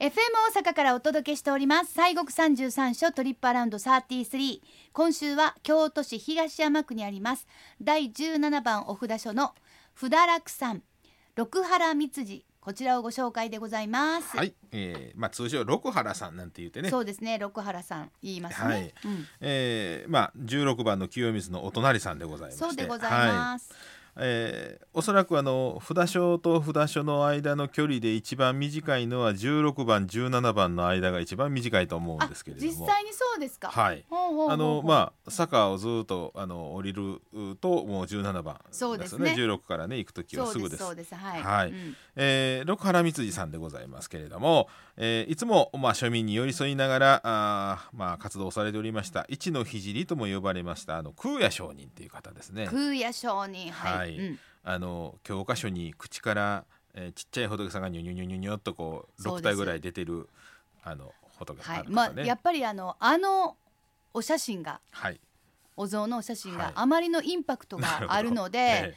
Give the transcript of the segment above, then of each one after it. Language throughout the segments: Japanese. FM 大阪からお届けしております西国三十三所トリップアラウンド33今週は京都市東山区にあります第17番お札所の札楽さん六原三次こちらをご紹介でございます、はい、えーまあ、通称六原さんなんて言ってねそうですね六原さん言いますね、はいうんえーまあ、16番の清水のお隣さんでございましてそうでございます、はいえーおそらくあの札所と札所の間の距離で一番短いのは16番17番の間が一番短いと思うんあですけれども実際にそうですか、はいほうほうほうほうあのまあ坂をずっとあの降りるともう17番そうですね16からね行く時はそすうぐでですすそうですはい、はいうんえー、六原光司さんでございますけれども、えーいつも、まあ、庶民に寄り添いながらあー、まあ、活動されておりました一の聖とも呼ばれましたあの空也上人という方ですね空也上人はい、はいうんあの教科書に口から、えーちっちゃい仏さんがニョニョニョニョニョっとこうそう6です体ぐらい出てるあの仏はさいん、まあやねっぱりあのあのお写真がはい、お像のお写真はがいあまりのインパクトがあるので、なる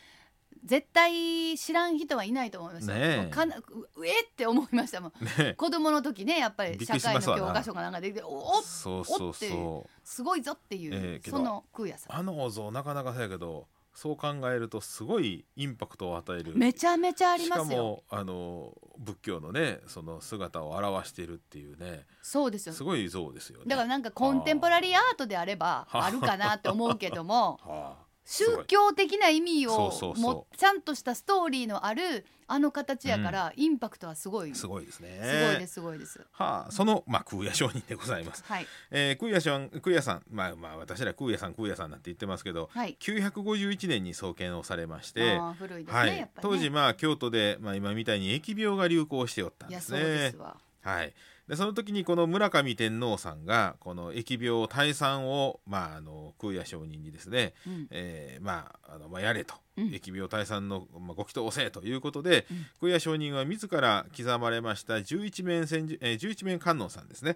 絶対知らん人はいないと思いますよ、ねえもうかなううえって思いましたもんほどええね子供の時ねやっぱりびっく社りし会のます教わな科書がなんかできておおそうそうそうすごいぞっていう、ええけどその空也さんあのお像なかなかそうやけどそう考えるとすごいインパクトを与えるめちゃめちゃありますしかよもあの仏教のねその姿を表しているっていうねそうですよすごい像ですよね。だからなんかコンテンポラリーアートであればはああるかなって思うけど もは宗教的な意味そうをそうそうもちゃんとしたストーリーのあるあの形やからインパクトはすごい、あ、すすごごいですね。いですすごいです。はあ、その、まあ、空也上人でございます。 はいえー、空也上空也さん、まあ、まあ、私ら空也さん、空也さんなんて言ってますけど。はい。 951年に創建をされましあて。ー古いですね、はやっい、ぱり、ね。当時、まあ、京都で、まあ、今みたいに疫病が流行しておったんいでやすそうね。ですわ。はい、でその時にこの村上天皇さんがこの疫病退散を、まあ、あの空也上人にですね、うんえーまあ、あのまあやれと、うん疫病退散の、まあ、ご祈祷をせえということで、うん空也上人は自ら刻まれました十一面千手えー、十一面観音さんですね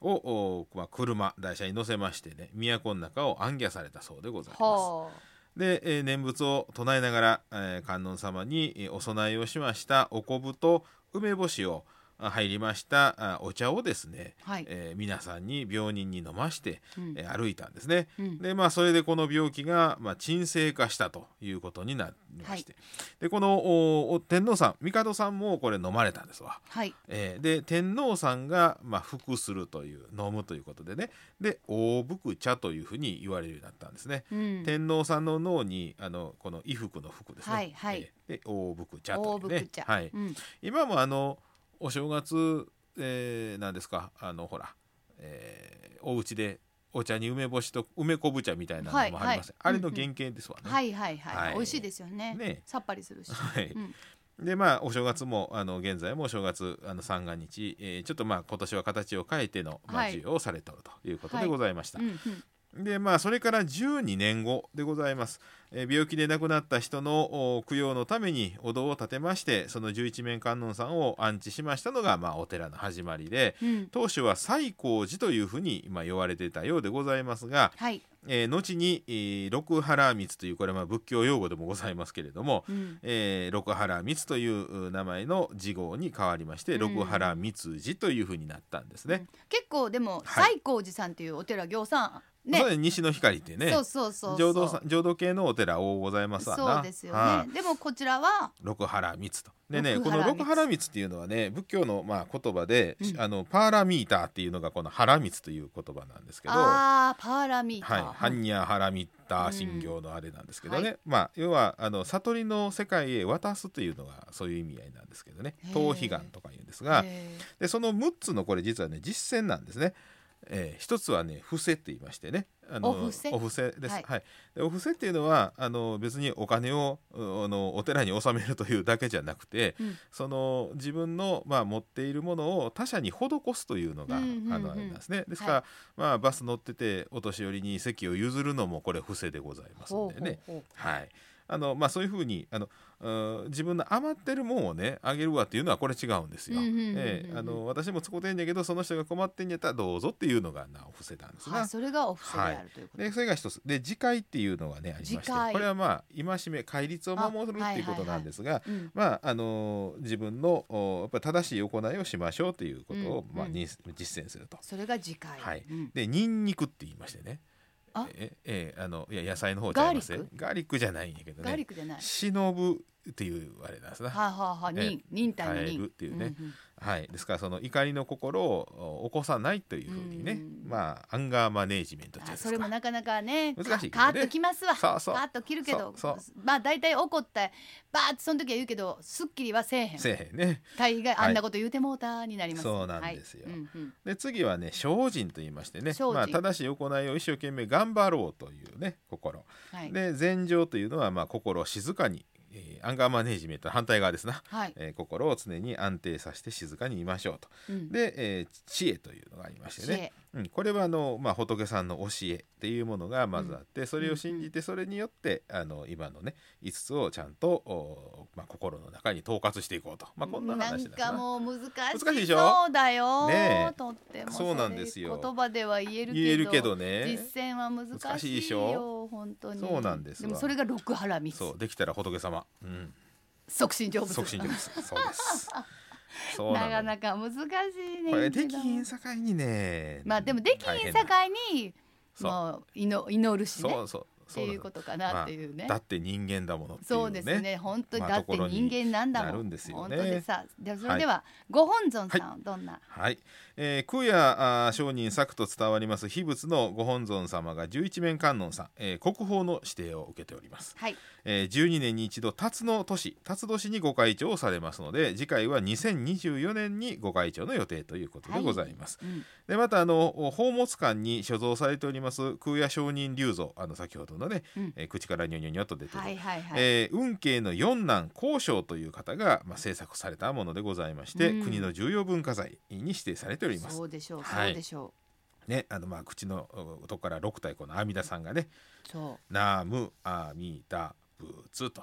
を、おまあ、車台車に乗せましてね都の中を暗夜されたそうでございます。ほで、えー念仏を唱えながら、えー観音様にえーお供えをしましたお昆布と梅干しをあ入りましたあお茶をですね、う。はい。えー皆さんに病人に飲まして、うんえー歩いたんですね。うんでまあそれでこの病気が、まあ、鎮静化したということになりまして、でこのおお天皇さん帝さんもこれ飲まれたんですわ。はい。えーで天皇さんが、まあ、服するという飲むということでねで大福茶というふうに言われるようになったんですね。うん。天皇さんの脳にあのこの衣服の服ですね。はいはいえーで大福茶大というね福。茶。はい。うん。今もあのお正月、えー、なんですかあのほら、えー、お家でお茶に梅干しと梅昆布茶みたいなのもあはりいます、はいあれうんうのん原型ですわね。はいはいはい。はい美味しいですよね。ねさっぱりするし。はいうんでまあお正月もあの現在もお正月あの三が日、えー、ちょっとまあ今年は形を変えてのまあはい授与をされておるということはでいございましたうん。うん。でまあそれから12年後でございます、えー病気で亡くなった人のお供養のためにお堂を建てましてその十一面観音さんを安置しましたのが、まあ、お寺の始まりでうん。当初は西光寺というふうに今呼ばれていたようでございますが、はい。えー後に、えー六原光というこれはまあ仏教用語でもございますけれども、うん。えー六原光というう名前の寺号に変わりまして、うん六原光寺というふうになったんですね。結構でもは西光寺さんっていうお寺行さんそうね。だ西の光ってねそうそうそうそう。浄土さん浄土系のお寺多ございますわなそうですよはいね。でもこちらは六原光とでね六こ原の光六原光っていうのはね仏教のまあ言葉で、うんあのパーラミーターっていうのがこの原光という言葉なんですけどはあーパーラミいーター。般若ハラミッター信教のあれなんですけどね、まあ要はあの悟りの世界へ渡すというのがそういう意味合いなんですけどねへー逃避願とか言うんですがへーでその6つのこれ実はね実践なんですね。えー、一つはね伏せって言いましてねあお布施お布施です、ははいいでお布施っていうのはあの別にお金をうあのお寺に納めるというだけじゃなくてうんその自分の、まあ、持っているものを他者に施すというのが、うんうんうんあのあれなんですねですから、はまあ、バス乗っててお年寄りに席を譲るのもこれ伏せでございますんでね。ほうほうほうはい、あの、まあ、そういうふうにあのうー自分の余ってるもんをねあげるわっていうのはこれ違うんですよ。うんうんうんうんうんええあの私も使ってんだけどその人が困ってんやったらどうぞっていうのがなお布施なんですな。はい、それがお布施であるということ、でそれが一つで自戒っていうのがねありまして自戒これはまあ戒め戒律を守るあっていうことなんですが、うんまああのー自分のおやっぱり正しい行いをしましょうということを、うんまあ、うんに実践すると。それが次回、はいうんでニンニクって言いましてねあええあのいや野菜の方ちゃいますガーリッガーリックじゃないんやけどガーリねックじゃない忍ぶっていうあれなんですな。はあ、はあはあ、ええ忍忍耐の耐え忍るっていうねんんはい、ですからその怒りの心をお起こさないというふうにね、うんまあアンガーマネージメントってやあつそでれすかもなかなかね難しいけどねカーッときますわそうそうカーッと切るけどそうそまあ大体怒ったバーッとその時は言うけどすっきりはせえへんせえへんね。大概はいあんなこと言うてもうたになります、そうなんですよはいうんうんで次はね精進と言いましてね精、進まあ、正しい行いを一生懸命頑張ろうというね心、はいで禅情というのはまあ心を静かに、えーアンガーマネージメントの反対側ですな、はいえー心を常に安定させて静かにいましょうとうんで、えー知恵というのがありまして知ね恵、うん、これはあの、まあ、仏さんの教えっていうものがまずあって、それを信じてそれによってあの今のね5つをちゃんと、おまあ、心の中に統括していこうと、まあ、こんな話ですななんかもう難し難しいでしょそうだよ、ねえとってもそうなんですよそれ言葉では言えるけど言えるけどね実践は難難ししいいよでしょ本当にそうなんですわもそれが六波羅蜜そうできたら仏様、うん、促進成仏促進上ですそ うですそうなかなのなか難しいねこれできひん境にねまあでもできひん境にそうもう祈祈るしねそうそうっそてうないうのことかなっていうね、だって人間だものっていうねそうですね本当にまあだってところに人間なんだなもるん,、んですよ本ね当でさでそれでは、ご本尊さんどんな、はい、えー、空也あー上人作と伝わります秘仏のご本尊様が十一面観音さん、えー、国宝の指定を受けております、はいえー、12年に一度辰の年辰年にご開帳をされますので次回は2024年にご開帳の予定ということでございます、うんでまたあの宝物館に所蔵されております空也上人立像あの先ほどのね、うんえー口からニョニョニョっと出てる、はいはいはい、えー運慶の四男高尚という方が、まあ、制作されたものでございまして、うん国の重要文化財に指定されておりますそ。うでしょう、はいそうでしょね、あのまあ口のうとこから六体この阿弥陀さんがねうそう「ナム阿弥陀仏」と。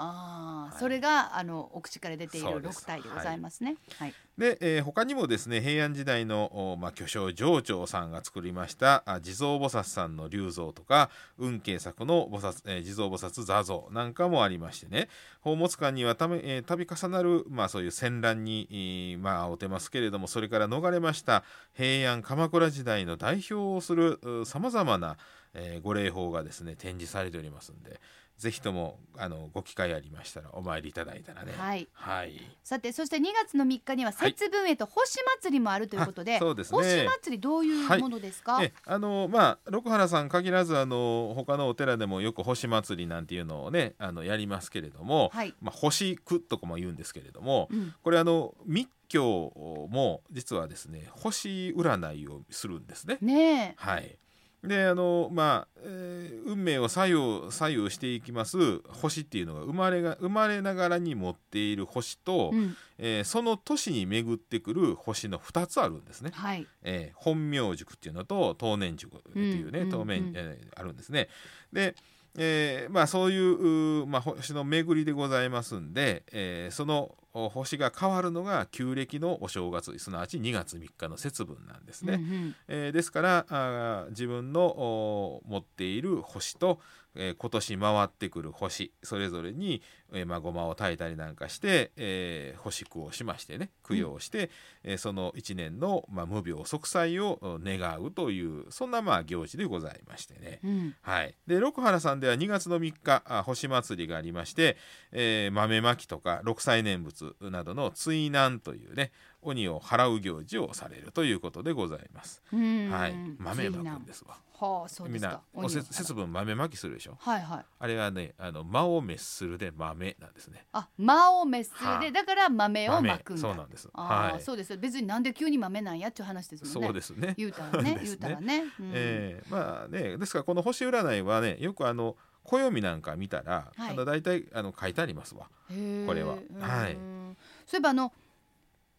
ああ、はいそれがあのお口から出ていそるうです六体でございますねはい、で、えー他にもですね平安時代の、おまあ、巨匠上長さんが作りましたあ地蔵菩薩さんの龍像とか運慶作の菩薩、えー地蔵菩薩座像なんかもありましてね宝物館にはため、えー度重なる、まあ、そういう戦乱に、えーまあ、遭てますけれどもそれから逃れました平安鎌倉時代の代表をするさまざまな、えーご霊宝がですね展示されておりますんでぜひともあのご機会ありましたらお参りいただいたらね。はいはいさてそして2月の3日にははい節分へと星祭りもあるということで,、あそうですね星祭りどういうものですか、えあのまあ六原さん限らずあの他のお寺でもよく星祭りなんていうのをねあのやりますけれども、はいまあ、星区とかも言うんですけれども、うんこれあの密教も実はですね星占いをするんですね。ねえはいであのまあ、えー運命を左右左右していきます星っていうのが生まれが生まれながらに持っている星と、うんえーその年に巡ってくる星の2つあるんですね。はいえー本名塾っていうのと当年塾っていうね、うん当面、うんえーあるんですね。で、えーまあそういううー、まあ、星の巡りでございますんで、えーそのお星が変わるのが旧暦のお正月すなわち2月3日の節分なんですね。うんうんえーですからあー自分のお持っている星と、えー今年回ってくる星それぞれに、えーまあ、ごまを炊いたりなんかして、えー星供をしましてね供養して、えーその一年の、まあ、無病息災をお願うというそんなまあ行事でございましてね。うんはい、で六原さんでは2月の3日あ星祭りがありまして、えー豆まきとか六歳念仏などの追難というね鬼を払う行事をされるということでございます。うんはい、豆いいまなくんですわ。はあそうでみんすなかおせ節分分豆まきするでしょ。はいはいあれはねあの間を滅するで豆なんですね。あ間を滅するはでいだから豆をまくんだそうなんです。ああ、はい。そうです別になんで急に豆なんやっていう話ですもんねそうですね。言うたらねで言うすねたらね、うんえーまあねですからこの星占いはねよくあの暦なんか見たら、はいあの大体あの書いてありますわ。へえこれははいうんそういえばあの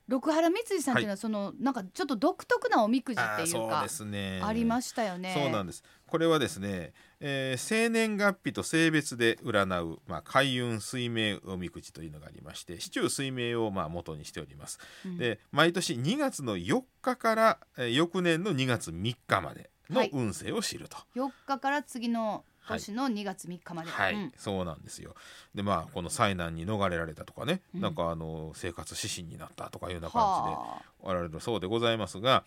六原三井さんっていうのはその、なんかちょっと独特なおみくじっあてーいそううかですねありましたよね。そうなんですこれはですね、えー生年月日と性別で占う、まあ、開運水明おみくじというのがありまして市中水明をまあ元にしております、うんで毎年2月の4日から、えー翌年の2月3日までのはい運勢を知ると、 4日から次の年の2月3日まで、はい、うんそうなんですよ。で、まあこの災難に逃れられたとかね、うんなんかあの生活指針になったとかいうような感じではあおられるそうでございますが、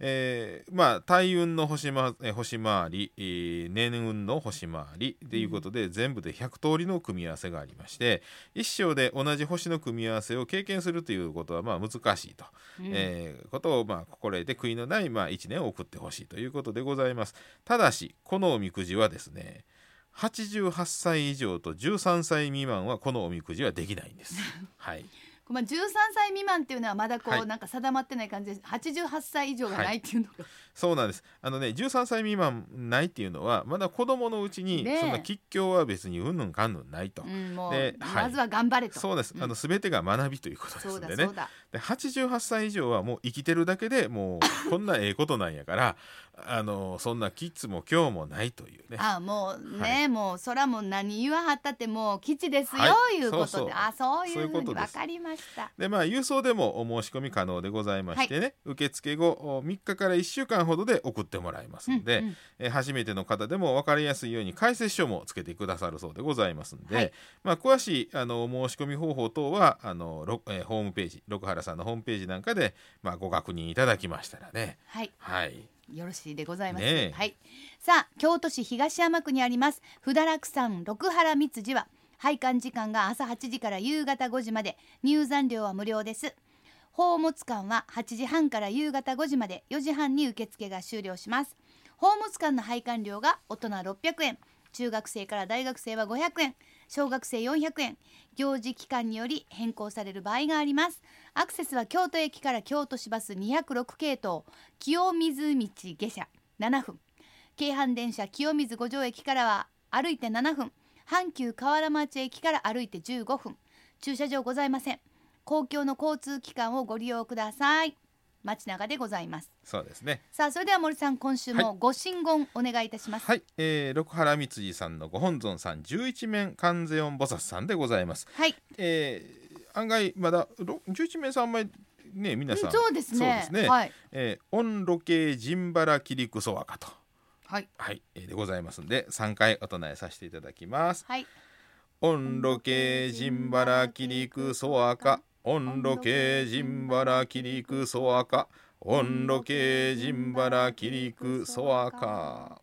えーまあ大運の星まえー星回り、えー年運の星回りということで、全部で100通りの組み合わせがありまして、一生で同じ星の組み合わせを経験するということはまあ難しいと。うんえーことをまあ心得て悔いのないまあ1年を送ってほしいということでございますただしこのおみくじはですね88歳以上と13歳未満はこのおみくじはできないんですはいまあ、13歳未満っていうのはまだこう、はいなんか定まってない感じです88歳以上がないっていうのが、そうなんですあのね13歳未満ないっていうのはまだ子供のうちにねえそんな吉凶は別にうんぬんかんぬんないと、うん、もう、ではいまずは頑張れとそうです、うんあの全てが学びということでそすうんだでねそうだで88歳以上はもう生きてるだけでもうこんなええことなんやからあのそんなキッズも今日もないというねああもうね、はもう空も何言わはったってもう基地ですよ、、はいいうことでそうそうあそういそうういふううこにと分ですかりましたでまあ郵送でもお申し込み可能でございましてね、受付後お3日から1週間ほどで送ってもらいますので、うんうんえー初めての方でも分かりやすいように解説書もつけてくださるそうでございますので、はいまあ、詳しいあのお申し込み方法等はあの、ろえーホームページ六原さんのホームページなんかで、まあ、ご確認いただきましたらね。はいはい、よろしいでございます、ねえはい。さあ京都市東山区にありますふだらくさん六原三次は拝観時間が朝8時から夕方5時まで入山料は無料です宝物館は8時半から夕方5時まで4時半に受付が終了します宝物館の拝観料が大人600円中学生から大学生は500円小学生400円行事期間により変更される場合がありますアクセスは京都駅から京都市バス206系統清水道下車7分京阪電車清水五条駅からは歩いて7分阪急河原町駅から歩いて15分駐車場ございません公共の交通機関をご利用ください街中でございますそうですねさあそれでは森さん今週もご神言お願いいたします、はい、えー、六原光司さんのご本尊さん十一面観世音菩薩さんでございます。はい、えー、案外まだろ11名さんあんまりね皆さん、そうですねはいはいえー、オンロケジンバラキリクソワカとはいはい、えー、でございますんで3回お唱えさせていただきますはいオンロケジンバラキリクソワカオンロケジンバラキリクソワカオンロケジンバラキリクソワカ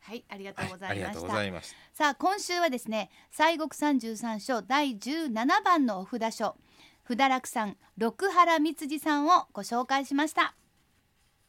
はいありがとはういござあいりがまとうしごたざいましたさあ今週はですね西国三十三所第十七番のお札書札楽さん六原光次さんをご紹介しました